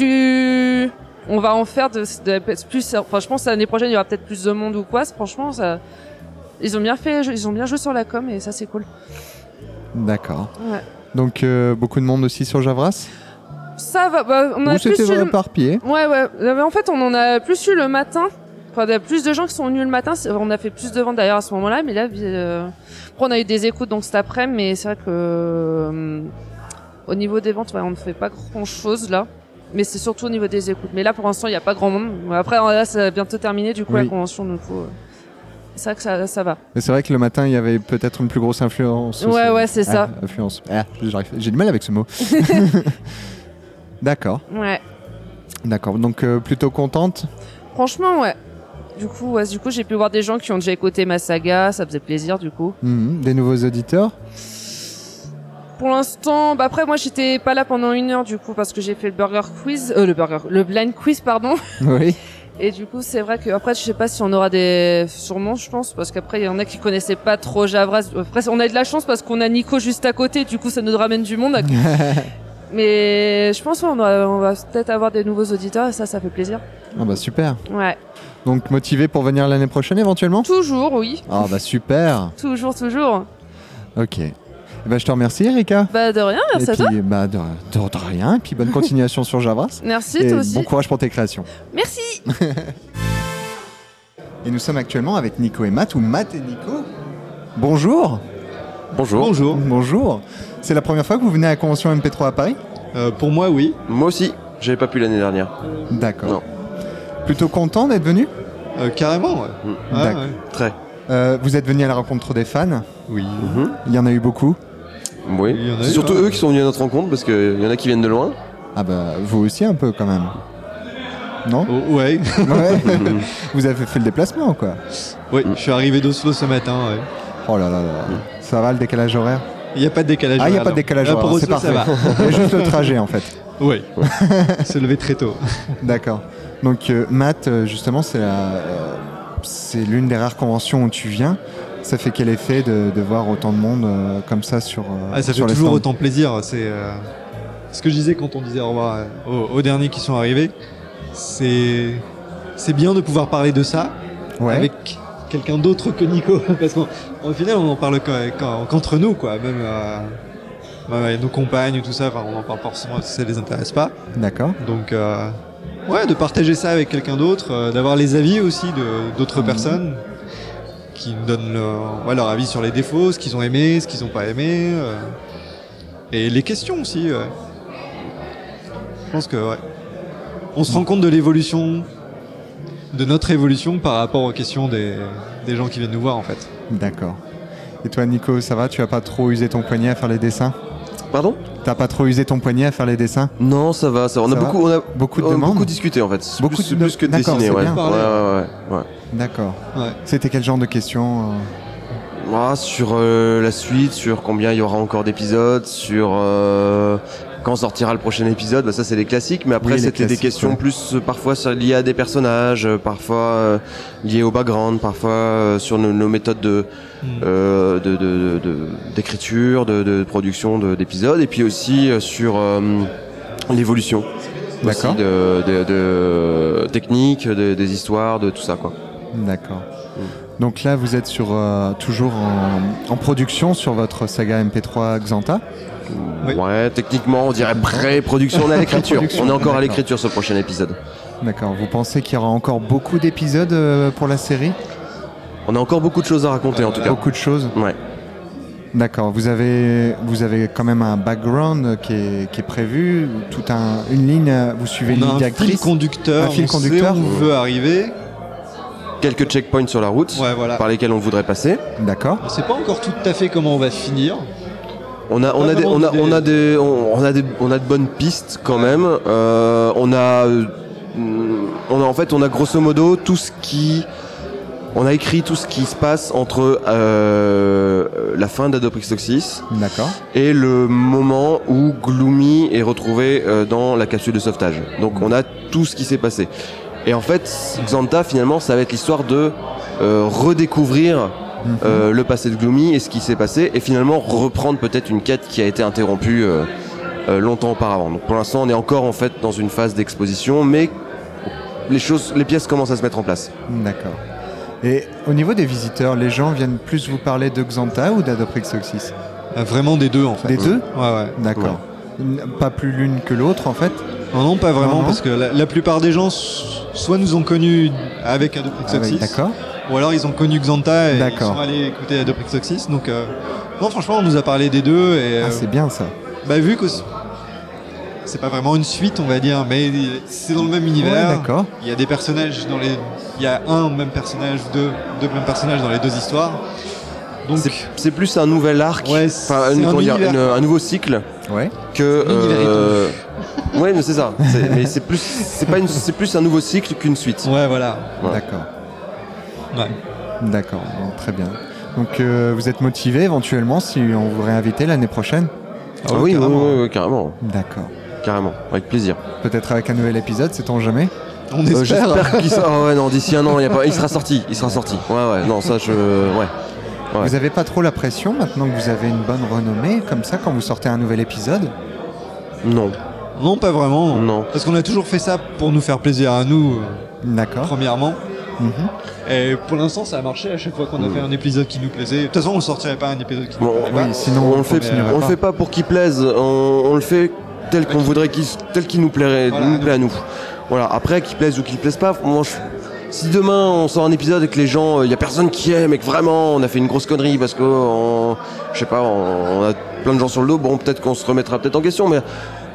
[SPEAKER 5] plus on va en faire de, de- plus. Enfin, je pense que l'année prochaine, il y aura peut-être plus de monde ou quoi. c'est- Franchement, ça. Ils ont bien fait, ils ont bien joué sur la com et ça c'est cool.
[SPEAKER 3] D'accord.
[SPEAKER 5] Ouais.
[SPEAKER 3] Donc euh, beaucoup de monde aussi sur Javras
[SPEAKER 5] Ça va, bah, on en a
[SPEAKER 3] Ou
[SPEAKER 5] plus
[SPEAKER 3] c'était
[SPEAKER 5] eu le-
[SPEAKER 3] éparpillé
[SPEAKER 5] Ouais, ouais. Euh, mais En fait, on en a plus eu le matin. Enfin, il y a plus de gens qui sont venus le matin. C'est- On a fait plus de ventes d'ailleurs à ce moment-là. Mais là, euh, après, on a eu des écoutes donc cet après Mais c'est vrai que euh, au niveau des ventes, ouais, on ne fait pas grand-chose là. Mais c'est surtout au niveau des écoutes. Mais là, pour l'instant, il n'y a pas grand monde. Après, hein, là, ça va bientôt terminer. Du coup,
[SPEAKER 3] Oui.
[SPEAKER 5] la convention, du coup, euh, c'est vrai que ça, ça va.
[SPEAKER 3] Mais c'est vrai que le matin, il y avait peut-être une plus grosse influence.
[SPEAKER 5] Ouais,
[SPEAKER 3] aussi.
[SPEAKER 5] ouais, c'est
[SPEAKER 3] Ah,
[SPEAKER 5] ça.
[SPEAKER 3] Influence. Ah, j'arrive- J'ai du mal avec ce
[SPEAKER 5] *laughs*
[SPEAKER 3] mot. *laughs* D'accord,
[SPEAKER 5] Ouais.
[SPEAKER 3] d'accord. Donc euh, plutôt contente
[SPEAKER 5] Franchement, ouais. Du coup, ouais, du coup, j'ai pu voir des gens qui ont déjà écouté ma saga. Ça faisait plaisir, du coup.
[SPEAKER 3] Mhm. Des nouveaux auditeurs
[SPEAKER 5] Pour l'instant, bah après moi j'étais pas là pendant une heure du coup parce que j'ai fait le burger quiz, euh, le burger, le blind quiz pardon. *laughs*
[SPEAKER 3] Oui. *laughs*
[SPEAKER 5] Et du coup c'est vrai que après je sais pas si on aura des, sûrement je pense parce qu'après il y en a qui connaissaient pas trop Javras. Après on a eu de la chance parce qu'on a Nico juste à côté, du coup ça nous ramène du
[SPEAKER 3] *laughs*
[SPEAKER 5] monde.
[SPEAKER 3] Ah,
[SPEAKER 5] Mais je pense qu'on aura- on va peut-être avoir des nouveaux auditeurs et ça ça fait plaisir.
[SPEAKER 3] Ah bah super.
[SPEAKER 5] Ouais,
[SPEAKER 3] Donc motivé pour venir l'année prochaine éventuellement
[SPEAKER 5] toujours oui,
[SPEAKER 3] Ah bah super.
[SPEAKER 5] toujours toujours.
[SPEAKER 3] Ok. Eh ben, je te remercie Erika.
[SPEAKER 5] Bah de rien, merci
[SPEAKER 3] et
[SPEAKER 5] à toi.
[SPEAKER 3] puis, bah, de, de- de rien. Et puis bonne continuation sur Javras.
[SPEAKER 5] Merci
[SPEAKER 3] Et
[SPEAKER 5] toi aussi.
[SPEAKER 3] bon courage pour tes créations.
[SPEAKER 5] Merci.
[SPEAKER 3] *laughs* Et nous sommes actuellement avec Nico et Matt, ou Matt et Nico. Bonjour.
[SPEAKER 10] Bonjour.
[SPEAKER 3] Bonjour. C'est la première fois que vous venez à la convention MP3 à Paris
[SPEAKER 11] Euh, pour moi, oui.
[SPEAKER 10] Moi aussi, j'avais pas pu l'année dernière.
[SPEAKER 3] D'accord.
[SPEAKER 10] Non.
[SPEAKER 3] Plutôt content d'être venu
[SPEAKER 11] Euh, carrément, ouais.
[SPEAKER 10] Mm.
[SPEAKER 11] Ah,
[SPEAKER 3] D'accord.
[SPEAKER 11] ouais.
[SPEAKER 10] Très.
[SPEAKER 3] Euh, Vous êtes venu à la rencontre des fans.
[SPEAKER 11] Oui.
[SPEAKER 10] Mhm.
[SPEAKER 3] Il y en a eu beaucoup.
[SPEAKER 10] Oui.
[SPEAKER 11] Il y en a eu,
[SPEAKER 10] C'est surtout
[SPEAKER 11] hein.
[SPEAKER 10] eux qui sont venus à notre rencontre parce qu'il y en a qui viennent de loin.
[SPEAKER 3] Ah bah, vous aussi un peu quand même. Non
[SPEAKER 11] Oh, ouais.
[SPEAKER 3] Ouais.
[SPEAKER 10] *laughs* Mhm.
[SPEAKER 3] Vous avez fait le déplacement, quoi.
[SPEAKER 11] oui, je suis arrivé d'Oslo ce matin. ouais.
[SPEAKER 3] Oh là là là.
[SPEAKER 10] Mm.
[SPEAKER 3] Ça va le décalage horaire
[SPEAKER 11] Il n'y a pas de décalage.
[SPEAKER 3] Ah, il n'y a
[SPEAKER 11] horaire,
[SPEAKER 3] pas de
[SPEAKER 11] non.
[SPEAKER 3] décalage
[SPEAKER 11] Là, pour
[SPEAKER 3] horaire. C'est
[SPEAKER 11] Oslo,
[SPEAKER 3] parfait.
[SPEAKER 11] ça va.
[SPEAKER 3] Il y a juste le trajet, en fait.
[SPEAKER 11] Oui. Se lever très tôt.
[SPEAKER 3] *laughs* D'accord. Donc, euh, Matt, euh, justement, c'est la- euh, c'est l'une des rares conventions où tu viens. Ça fait quel effet de, de voir autant de monde euh, comme ça sur, euh,
[SPEAKER 11] *laughs* Ah, ça fait
[SPEAKER 3] sur les
[SPEAKER 11] toujours
[SPEAKER 3] stands
[SPEAKER 11] autant plaisir. C'est euh, ce que je disais quand on disait au revoir euh, aux, aux derniers qui sont arrivés. C'est c'est bien de pouvoir parler de ça
[SPEAKER 3] Ouais.
[SPEAKER 11] avec quelqu'un *laughs* d'autre que Nico, parce qu'en en final on en parle qu'en- qu'en- qu'entre nous, quoi. Même euh, bah, nos compagnes et tout ça, enfin, on en parle pas forcément parce que ça les intéresse pas.
[SPEAKER 3] D'accord.
[SPEAKER 11] Donc, euh, ouais, de partager ça avec quelqu'un d'autre, euh, d'avoir les avis aussi de- d'autres personnes qui nous donnent leur, ouais, leur avis sur les défauts, ce qu'ils ont aimé, ce qu'ils n'ont pas aimé, euh, et les questions aussi. ouais. Je pense que, ouais. On se rend compte de l'évolution, de notre évolution par rapport aux questions des, des gens qui viennent nous voir en fait.
[SPEAKER 3] D'accord. Et toi, Nico, ça va Tu as pas trop usé ton poignet à faire les dessins
[SPEAKER 10] Pardon
[SPEAKER 3] T'as pas trop usé ton poignet à faire les dessins
[SPEAKER 10] Non, ça va, ça va. On
[SPEAKER 3] Ça
[SPEAKER 10] a
[SPEAKER 3] va
[SPEAKER 10] beaucoup, on a
[SPEAKER 3] Beaucoup de
[SPEAKER 10] on a
[SPEAKER 3] demandes
[SPEAKER 10] beaucoup discuté en fait.
[SPEAKER 3] Beaucoup
[SPEAKER 10] plus,
[SPEAKER 3] de-
[SPEAKER 10] plus que de
[SPEAKER 3] d'accord,
[SPEAKER 10] dessiner,
[SPEAKER 3] c'est
[SPEAKER 10] ouais.
[SPEAKER 3] bien.
[SPEAKER 10] Ouais, ouais, ouais, ouais.
[SPEAKER 3] D'accord.
[SPEAKER 11] Ouais.
[SPEAKER 3] C'était quel genre de questions euh
[SPEAKER 10] Ah, sur euh, la suite, sur combien il y aura encore d'épisodes, sur euh, quand sortira le prochain épisode, bah, ça c'est les classiques, mais après
[SPEAKER 3] Oui, les
[SPEAKER 10] c'était des
[SPEAKER 3] classiques,
[SPEAKER 10] questions
[SPEAKER 3] ouais.
[SPEAKER 10] plus euh, parfois sur- liées à des personnages, euh, parfois euh, liées au background, parfois euh, sur nos, nos méthodes de
[SPEAKER 3] Mm.
[SPEAKER 10] euh, de- de- de- de- d'écriture, de, de production de- d'épisodes, et puis aussi euh, sur euh, l'évolution. aussi
[SPEAKER 3] D'accord.
[SPEAKER 10] De, de, de techniques, de- des histoires, de tout ça quoi.
[SPEAKER 3] D'accord. Donc là, vous êtes sur, euh, toujours en, en production sur votre saga MP3 Xanta.
[SPEAKER 11] Oui.
[SPEAKER 10] Ouais, techniquement, on dirait pré-production, on est à l'écriture.
[SPEAKER 3] Pré-production,
[SPEAKER 10] on est encore à
[SPEAKER 3] d'accord.
[SPEAKER 10] l'écriture sur le prochain épisode.
[SPEAKER 3] D'accord. Vous pensez qu'il y aura encore beaucoup d'épisodes euh, pour la série
[SPEAKER 10] On a encore beaucoup de choses à raconter en tout cas.
[SPEAKER 3] Beaucoup de choses
[SPEAKER 10] Ouais.
[SPEAKER 3] D'accord. Vous avez, vous avez quand même un background qui est, qui est prévu, tout un, une ligne, euh, vous suivez une
[SPEAKER 11] on
[SPEAKER 3] ligne
[SPEAKER 11] a un fil
[SPEAKER 3] d'actrice.
[SPEAKER 11] conducteur,
[SPEAKER 3] Un fil
[SPEAKER 11] on sait
[SPEAKER 3] conducteur.
[SPEAKER 11] où on veut arriver.
[SPEAKER 10] Quelques checkpoints sur la route
[SPEAKER 11] Ouais, voilà.
[SPEAKER 10] par lesquels on voudrait passer.
[SPEAKER 3] D'accord.
[SPEAKER 11] On sait pas encore tout à fait comment on va finir.
[SPEAKER 10] On a, on
[SPEAKER 11] Pas
[SPEAKER 10] a, des,
[SPEAKER 11] vraiment
[SPEAKER 10] on a,
[SPEAKER 11] d'idée.
[SPEAKER 10] on a des, on, on a des, on a de bonnes pistes quand même. Euh, on a, euh, on a, en fait, on a grosso modo tout ce qui, on a écrit tout ce qui se passe entre euh, la fin d'Adoprix Toxis
[SPEAKER 3] D'accord.
[SPEAKER 10] et le moment où Gloomy est retrouvé euh, dans la capsule de sauvetage. Donc on a tout ce qui s'est passé. Et en fait, Xanta finalement, ça va être l'histoire de euh, redécouvrir euh, le passé de Gloomy et ce qui s'est passé, et finalement reprendre peut-être une quête qui a été interrompue euh, euh, longtemps auparavant. Donc pour l'instant, on est encore en fait dans une phase d'exposition, mais les choses, les pièces commencent à se mettre en place.
[SPEAKER 3] D'accord. Et au niveau des visiteurs, les gens viennent plus vous parler de Xanta ou d'Adoprix Oxys
[SPEAKER 11] Euh, Vraiment des deux en fait.
[SPEAKER 3] Des deux
[SPEAKER 11] Ouais, ouais.
[SPEAKER 3] D'accord. N- Pas plus l'une que l'autre en fait
[SPEAKER 11] Non, non, pas vraiment,
[SPEAKER 3] Non, non.
[SPEAKER 11] parce que la, la plupart des gens s- soit nous ont connus
[SPEAKER 3] Avec-
[SPEAKER 11] avec Adoprixoxis,
[SPEAKER 3] Ah D'accord.
[SPEAKER 11] ou alors ils ont connu Xanta et ils
[SPEAKER 3] D'accord.
[SPEAKER 11] sont allés écouter Adoprixoxis. Donc, euh, non, franchement, on nous a parlé des deux et
[SPEAKER 3] Ah,
[SPEAKER 11] euh,
[SPEAKER 3] c'est bien ça.
[SPEAKER 11] bah, vu que c- c'est pas vraiment une suite, on va dire, mais c'est dans le même
[SPEAKER 3] Ouais,
[SPEAKER 11] univers.
[SPEAKER 3] d'accord.
[SPEAKER 11] il y a des personnages dans les, il y a un même personnage, deux, deux mêmes personnages dans les deux histoires. Donc,
[SPEAKER 10] C'est- C'est plus un nouvel arc,
[SPEAKER 11] Ouais,
[SPEAKER 10] enfin,
[SPEAKER 11] c'est
[SPEAKER 10] une-
[SPEAKER 11] un
[SPEAKER 10] comment dire,
[SPEAKER 11] univers.
[SPEAKER 10] une- un nouveau cycle.
[SPEAKER 3] Ouais.
[SPEAKER 10] que
[SPEAKER 11] L'univers est
[SPEAKER 10] euh, ouais mais c'est ça
[SPEAKER 11] *laughs*
[SPEAKER 10] C'est- mais c'est plus c'est pas une c'est plus un nouveau cycle qu'une suite
[SPEAKER 11] ouais, voilà.
[SPEAKER 10] Ouais.
[SPEAKER 3] D'accord.
[SPEAKER 11] Ouais.
[SPEAKER 3] D'accord. Bon, très bien. Donc euh, vous êtes motivé éventuellement si on vous réinvite l'année prochaine
[SPEAKER 11] Ah ouais,
[SPEAKER 10] oui, oui,
[SPEAKER 11] carrément.
[SPEAKER 10] oui, oui, carrément
[SPEAKER 3] D'accord.
[SPEAKER 10] carrément avec plaisir
[SPEAKER 3] Peut-être avec un nouvel épisode, sait-on jamais
[SPEAKER 11] On
[SPEAKER 10] Euh,
[SPEAKER 11] espère.
[SPEAKER 10] j'espère qu'il
[SPEAKER 11] *laughs*
[SPEAKER 10] sera ah ouais non d'ici un an il, y a pas... il sera sorti il sera sorti ouais ouais non ça je ouais Ouais.
[SPEAKER 3] Vous avez pas trop la pression maintenant que vous avez une bonne renommée comme ça quand vous sortez un nouvel épisode
[SPEAKER 10] non
[SPEAKER 11] Non, pas vraiment.
[SPEAKER 10] Non.
[SPEAKER 11] Parce qu'on a toujours fait ça pour nous faire plaisir à nous, euh,
[SPEAKER 3] D'accord.
[SPEAKER 11] premièrement.
[SPEAKER 3] Mhm.
[SPEAKER 11] Et pour l'instant, ça a marché à chaque fois qu'on a
[SPEAKER 10] Mm.
[SPEAKER 11] fait un épisode qui nous plaisait. De toute façon, on sortirait pas un épisode qui nous
[SPEAKER 10] Bon, bah,
[SPEAKER 11] plaisait.
[SPEAKER 3] Oui, sinon
[SPEAKER 10] on le fait
[SPEAKER 3] continuera
[SPEAKER 10] on le
[SPEAKER 3] pas.
[SPEAKER 10] fait pas pour qu'il plaise on, on le fait tel qu'on voudrait qu'il tel qu'il nous plairait
[SPEAKER 11] Voilà,
[SPEAKER 10] nous
[SPEAKER 11] nous.
[SPEAKER 10] plaît à nous voilà après qu'il plaise ou qu'il plaise pas moi je- si demain on sort un épisode et que les gens, il y a personne qui aime et que vraiment on a fait une grosse connerie parce que, on- je sais pas, on, on a plein de gens sur le dos, bon peut-être qu'on se remettra peut-être en question, mais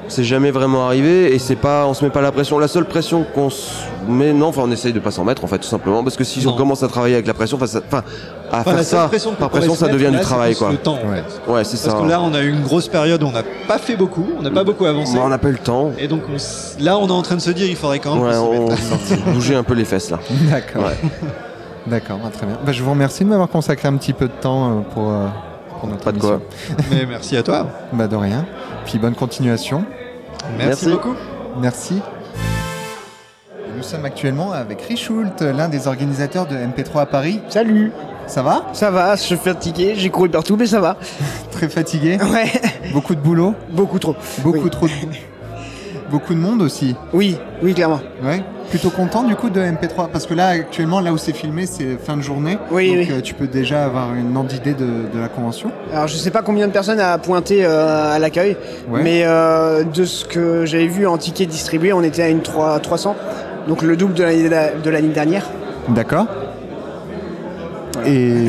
[SPEAKER 10] c'est jamais vraiment arrivé et c'est pas, on se met pas la pression. La seule pression qu'on se met, non, enfin on essaye de pas s'en mettre en fait tout simplement parce que si on
[SPEAKER 11] Non.
[SPEAKER 10] commence à travailler avec la pression, enfin, ça- enfin, à
[SPEAKER 11] Enfin,
[SPEAKER 10] faire
[SPEAKER 11] la seule
[SPEAKER 10] ça,
[SPEAKER 11] pression qu'on
[SPEAKER 10] par
[SPEAKER 11] pourrait
[SPEAKER 10] pression
[SPEAKER 11] se
[SPEAKER 10] ça
[SPEAKER 11] mettre,
[SPEAKER 10] devient
[SPEAKER 11] là,
[SPEAKER 10] du
[SPEAKER 11] c'est
[SPEAKER 10] travail
[SPEAKER 11] plus
[SPEAKER 10] quoi.
[SPEAKER 11] Le temps, en
[SPEAKER 3] Ouais.
[SPEAKER 11] fait.
[SPEAKER 10] Ouais, c'est ça. Mmh.
[SPEAKER 11] Parce que là, on a eu une grosse période où on n'a pas fait beaucoup, on n'a pas beaucoup avancé.
[SPEAKER 10] Bah, on n'a pas eu le temps.
[SPEAKER 11] Et donc, on s- là, on est en train de se dire, il faudrait quand même.
[SPEAKER 10] Ouais,
[SPEAKER 11] qu'on s'y
[SPEAKER 10] on
[SPEAKER 11] mette.
[SPEAKER 10] *laughs* bouger un peu
[SPEAKER 11] *laughs*
[SPEAKER 10] les fesses là.
[SPEAKER 3] D'accord.
[SPEAKER 10] *laughs*
[SPEAKER 3] D'accord, ah, très bien. Bah, je vous remercie de m'avoir consacré un petit peu de temps euh, pour, euh, pour notre
[SPEAKER 10] Pas de quoi.
[SPEAKER 3] émission.
[SPEAKER 11] Mais merci à toi.
[SPEAKER 3] Bah, de rien. Puis bonne continuation.
[SPEAKER 11] merci
[SPEAKER 10] Merci.
[SPEAKER 11] beaucoup.
[SPEAKER 3] Merci. Nous sommes actuellement avec Richoult, l'un des organisateurs de MP3 à Paris.
[SPEAKER 12] Salut
[SPEAKER 3] Ça va
[SPEAKER 12] Ça va, je suis fatigué, j'ai couru partout, mais ça va.
[SPEAKER 3] *laughs* Très fatigué
[SPEAKER 12] Ouais,
[SPEAKER 3] Beaucoup de boulot
[SPEAKER 12] beaucoup trop. *laughs*
[SPEAKER 3] Beaucoup
[SPEAKER 12] Oui.
[SPEAKER 3] trop de boulot beaucoup de monde aussi.
[SPEAKER 12] Oui, oui, clairement.
[SPEAKER 3] Ouais. Plutôt content du coup de MP3 parce que là actuellement là où c'est filmé c'est fin de journée.
[SPEAKER 12] Oui,
[SPEAKER 3] donc
[SPEAKER 12] oui.
[SPEAKER 3] euh, tu peux déjà avoir une ordre d'idée de, de la convention.
[SPEAKER 12] Alors je sais pas combien de personnes a pointé euh, à l'accueil,
[SPEAKER 3] Ouais.
[SPEAKER 12] mais euh, de ce que j'avais vu en tickets distribués, on était à une trois- 300, donc le double de l'année da- de l'année dernière.
[SPEAKER 3] D'accord. Et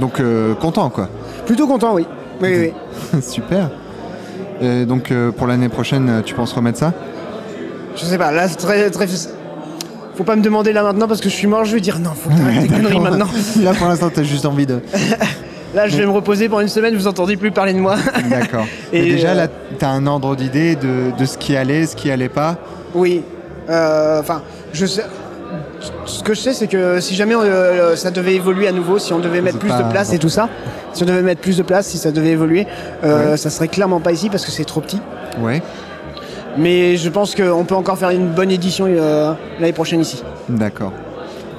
[SPEAKER 3] donc euh, content quoi. *laughs*
[SPEAKER 12] Plutôt content, oui. Oui, oui.
[SPEAKER 3] Super. Et donc euh, pour l'année prochaine tu penses remettre ça
[SPEAKER 12] Je sais pas, là c'est très très. Faut pas me demander là maintenant parce que je suis mort, je vais dire non, faut que t'arrêtes tes
[SPEAKER 3] *laughs*
[SPEAKER 12] conneries maintenant.
[SPEAKER 3] Là pour l'instant t'as juste envie de.
[SPEAKER 12] Là je vais me reposer pendant une semaine, vous entendez plus parler de moi. *laughs*
[SPEAKER 3] D'accord.
[SPEAKER 12] Et,
[SPEAKER 3] Et déjà
[SPEAKER 12] euh,
[SPEAKER 3] là t'as un ordre d'idée de, de ce qui allait, ce qui allait pas.
[SPEAKER 12] Oui. Euh, Enfin, je sais. Ce que je sais, c'est que si jamais euh, ça devait évoluer à nouveau, si on devait mettre plus
[SPEAKER 3] pas-
[SPEAKER 12] de place et tout ça, si on devait mettre plus de place, si ça devait évoluer, euh, ça serait clairement pas ici parce que c'est trop petit.
[SPEAKER 3] Ouais.
[SPEAKER 12] Mais je pense qu'on peut encore faire une bonne édition euh, l'année prochaine ici.
[SPEAKER 3] D'accord.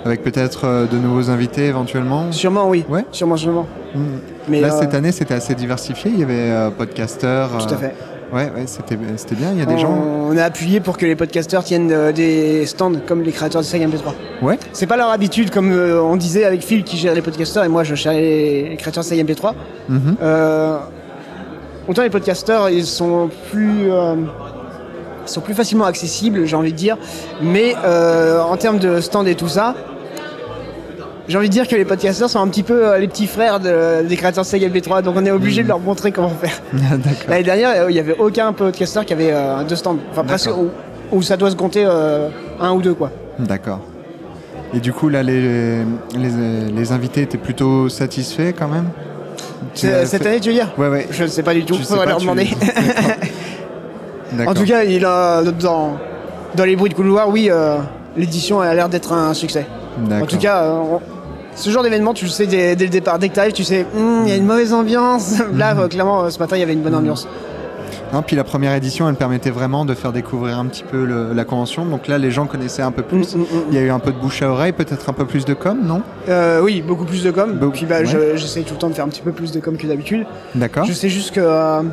[SPEAKER 3] Avec peut-être euh, de nouveaux invités éventuellement.
[SPEAKER 12] Sûrement, oui.
[SPEAKER 3] Ouais.
[SPEAKER 12] Sûrement, sûrement.
[SPEAKER 3] Mm.
[SPEAKER 12] Mais
[SPEAKER 3] Là,
[SPEAKER 12] euh,
[SPEAKER 3] cette année, c'était assez diversifié. Il y avait euh, podcasteurs. euh,
[SPEAKER 12] Tout à fait.
[SPEAKER 3] Ouais, ouais, c'était, c'était bien. Il y a des
[SPEAKER 12] on,
[SPEAKER 3] gens.
[SPEAKER 12] on a appuyé pour que les podcasteurs tiennent euh, des stands comme les créateurs de Saga MP3.
[SPEAKER 3] Ouais. *laughs*
[SPEAKER 12] C'est pas leur habitude, comme euh, on disait avec Phil qui gère les podcasteurs et moi je gère les les créateurs de Saga MP3.
[SPEAKER 3] Mhm.
[SPEAKER 12] Euh, autant les podcasteurs, ils sont plus, euh, ils sont plus facilement accessibles, j'ai envie de dire. Mais euh, en termes de stand et tout ça, j'ai envie de dire que les podcasteurs sont un petit peu euh, les petits frères de- des créateurs Sega B3, donc on est obligé de leur montrer comment faire.
[SPEAKER 3] D'accord.
[SPEAKER 12] L'année dernière, euh, il n'y avait aucun podcasteur qui avait euh, deux stands, enfin presque,
[SPEAKER 3] D'accord.
[SPEAKER 12] où, où ça doit se compter euh, un ou deux quoi.
[SPEAKER 3] D'accord. Et du coup, là, les, les, les invités étaient plutôt satisfaits quand même Tu
[SPEAKER 12] C'est- euh,
[SPEAKER 3] as
[SPEAKER 12] Cette
[SPEAKER 3] fait-
[SPEAKER 12] année, tu veux dire
[SPEAKER 3] Ouais, ouais.
[SPEAKER 12] Je ne sais pas du tout,
[SPEAKER 3] Tu sais
[SPEAKER 12] faudrait
[SPEAKER 3] pas,
[SPEAKER 12] leur
[SPEAKER 3] tu-
[SPEAKER 12] demander. *laughs*
[SPEAKER 3] D'accord.
[SPEAKER 12] En tout cas, il a, dans, dans les bruits de couloir, oui, euh, l'édition a l'air d'être un succès.
[SPEAKER 3] D'accord.
[SPEAKER 12] En tout cas, euh, on- ce genre d'événement, tu le sais dès, dès le départ. Dès que t'arrives, tu sais, Hum, il y a une mauvaise ambiance. *laughs*
[SPEAKER 3] Mm-hmm.
[SPEAKER 12] Là, euh, clairement, euh, ce matin, il y avait une bonne ambiance.
[SPEAKER 3] Non, puis la première édition, elle permettait vraiment de faire découvrir un petit peu le- la convention. Donc là, les gens connaissaient un peu plus.
[SPEAKER 12] Mm, mm, mm.
[SPEAKER 3] Il y a eu un peu de bouche à oreille, peut-être un peu plus de com, non
[SPEAKER 12] Euh, oui, beaucoup plus de com.
[SPEAKER 3] Beaucoup-
[SPEAKER 12] Puis bah,
[SPEAKER 3] ouais.
[SPEAKER 12] je- j'essaie tout le temps de faire un petit peu plus de com que d'habitude.
[SPEAKER 3] D'accord.
[SPEAKER 12] Je sais juste que euh,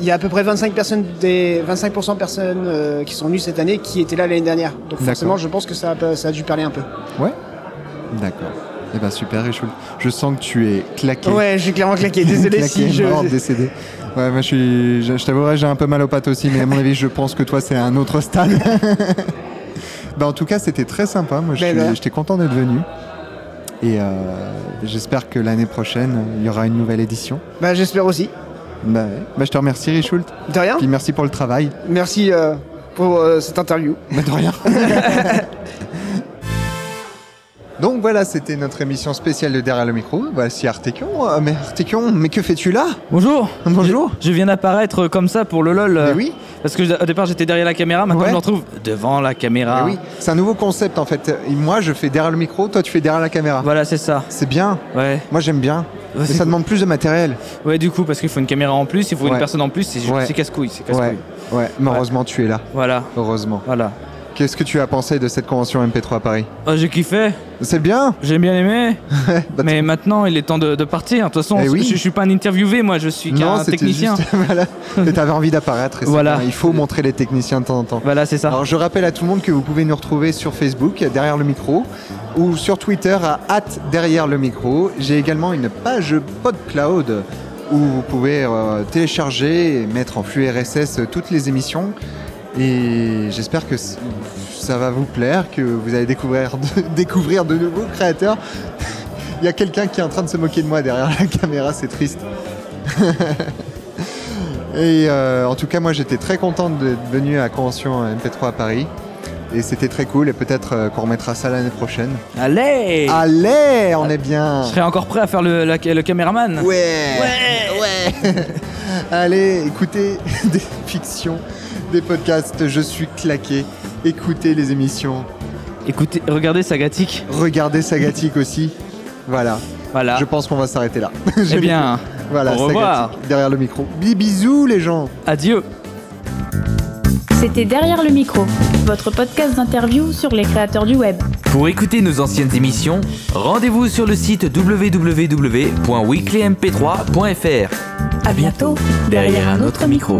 [SPEAKER 12] il y a à peu près 25 personnes des 25% de personnes euh, qui sont venues cette année qui étaient là l'année dernière. Donc forcément, je pense que ça a, ça a dû parler un peu.
[SPEAKER 3] Ouais. D'accord. Eh ben super, Richoul. Je sens que tu es claqué.
[SPEAKER 12] Ouais, j'ai clairement claqué. Désolé
[SPEAKER 3] Claqué,
[SPEAKER 12] si je.
[SPEAKER 3] mort, décédé. Ouais, moi je suis. Je, je t'avouerai, j'ai un peu mal aux pattes aussi, mais à mon avis, je pense que toi, c'est un autre stade. *laughs* Bah, en tout cas, c'était très sympa. Moi, je
[SPEAKER 12] Ben,
[SPEAKER 3] suis-
[SPEAKER 12] voilà.
[SPEAKER 3] j'étais content d'être venu. Et euh, j'espère que l'année prochaine, il y aura une nouvelle édition.
[SPEAKER 12] Bah, j'espère aussi.
[SPEAKER 3] Bah, ouais. Bah, je te remercie, Richoult.
[SPEAKER 12] De rien.
[SPEAKER 3] Puis merci pour le travail.
[SPEAKER 12] Merci euh, pour euh, cette interview.
[SPEAKER 3] Bah,
[SPEAKER 12] *laughs*
[SPEAKER 3] de rien. Donc voilà, c'était notre émission spéciale de Derrière le micro. Voici Artekion. Euh, Mais Artekion, mais que fais-tu là
[SPEAKER 13] Bonjour
[SPEAKER 3] Bonjour.
[SPEAKER 13] Je, je viens d'apparaître comme ça pour le LOL.
[SPEAKER 3] Mais
[SPEAKER 13] euh,
[SPEAKER 3] oui.
[SPEAKER 13] Parce que au départ j'étais derrière la caméra, maintenant
[SPEAKER 3] Ouais.
[SPEAKER 13] je me retrouve devant la
[SPEAKER 3] Eh
[SPEAKER 13] caméra.
[SPEAKER 3] oui, c'est un nouveau concept en fait. Et Moi, je fais derrière le micro, toi, tu fais derrière la caméra.
[SPEAKER 13] Voilà, c'est ça.
[SPEAKER 3] C'est bien.
[SPEAKER 13] Ouais.
[SPEAKER 3] Moi, j'aime bien. Mais
[SPEAKER 13] c'est
[SPEAKER 3] ça demande plus de matériel.
[SPEAKER 13] Ouais, du coup, parce qu'il faut une caméra en plus, il faut
[SPEAKER 3] Ouais.
[SPEAKER 13] une personne en plus, c'est, ju-
[SPEAKER 3] Ouais.
[SPEAKER 13] c'est casse-couille. C'est casse-couille.
[SPEAKER 3] Ouais, ouais. Mais heureusement, tu es là.
[SPEAKER 13] Voilà,
[SPEAKER 3] Heureusement.
[SPEAKER 13] voilà.
[SPEAKER 3] Qu'est-ce que tu as pensé de cette convention MP3 à Paris
[SPEAKER 13] Ah, j'ai kiffé,
[SPEAKER 3] C'est bien.
[SPEAKER 13] j'ai bien aimé,
[SPEAKER 3] *laughs* Bah,
[SPEAKER 13] mais maintenant il est temps de, de partir. De toute façon,
[SPEAKER 3] Eh
[SPEAKER 13] je,
[SPEAKER 3] oui.
[SPEAKER 13] je suis pas un interviewé, moi je suis qu'un
[SPEAKER 3] c'était
[SPEAKER 13] technicien.
[SPEAKER 3] juste- *laughs* voilà. Mais t'avais envie d'apparaître. et c'est
[SPEAKER 13] Voilà.
[SPEAKER 3] bien. Il faut montrer les techniciens de temps en temps.
[SPEAKER 13] Voilà, c'est ça.
[SPEAKER 3] Alors je rappelle à tout le monde que vous pouvez nous retrouver sur Facebook, derrière le micro, ou sur Twitter à hâte derrière le micro. J'ai également une page PodCloud où vous pouvez euh, télécharger et mettre en flux RSS toutes les émissions. Et j'espère que c- ça va vous plaire, que vous allez découvrir de, *laughs* découvrir de nouveaux créateurs. *laughs* Il y a quelqu'un qui est en train de se moquer de moi derrière la caméra, c'est triste. *laughs* Et euh, en tout cas, moi j'étais très content d'être venu à la convention MP3 à Paris. Et c'était très cool. Et peut-être euh, qu'on remettra ça l'année prochaine.
[SPEAKER 13] Allez
[SPEAKER 3] Allez, on est bien.
[SPEAKER 13] Je serais encore prêt à faire le, la- le caméraman.
[SPEAKER 3] Ouais. *laughs* Allez, écoutez *laughs* des fictions, des podcasts. Je suis claqué. Écoutez les émissions.
[SPEAKER 13] Écoutez, regardez Sagatique.
[SPEAKER 3] Regardez Sagatique *laughs* aussi. Voilà.
[SPEAKER 13] Voilà.
[SPEAKER 3] Je pense qu'on va s'arrêter là. *laughs*
[SPEAKER 13] Eh bien,
[SPEAKER 3] voilà,
[SPEAKER 13] au revoir.
[SPEAKER 3] Sagatique, derrière le micro. Bi- Bisous les gens.
[SPEAKER 13] adieu.
[SPEAKER 2] C'était Derrière le micro, votre podcast d'interview sur les créateurs du web.
[SPEAKER 1] Pour écouter nos anciennes émissions, rendez-vous sur le site www.weeklymp3.fr.
[SPEAKER 2] À bientôt
[SPEAKER 1] Derrière un autre micro.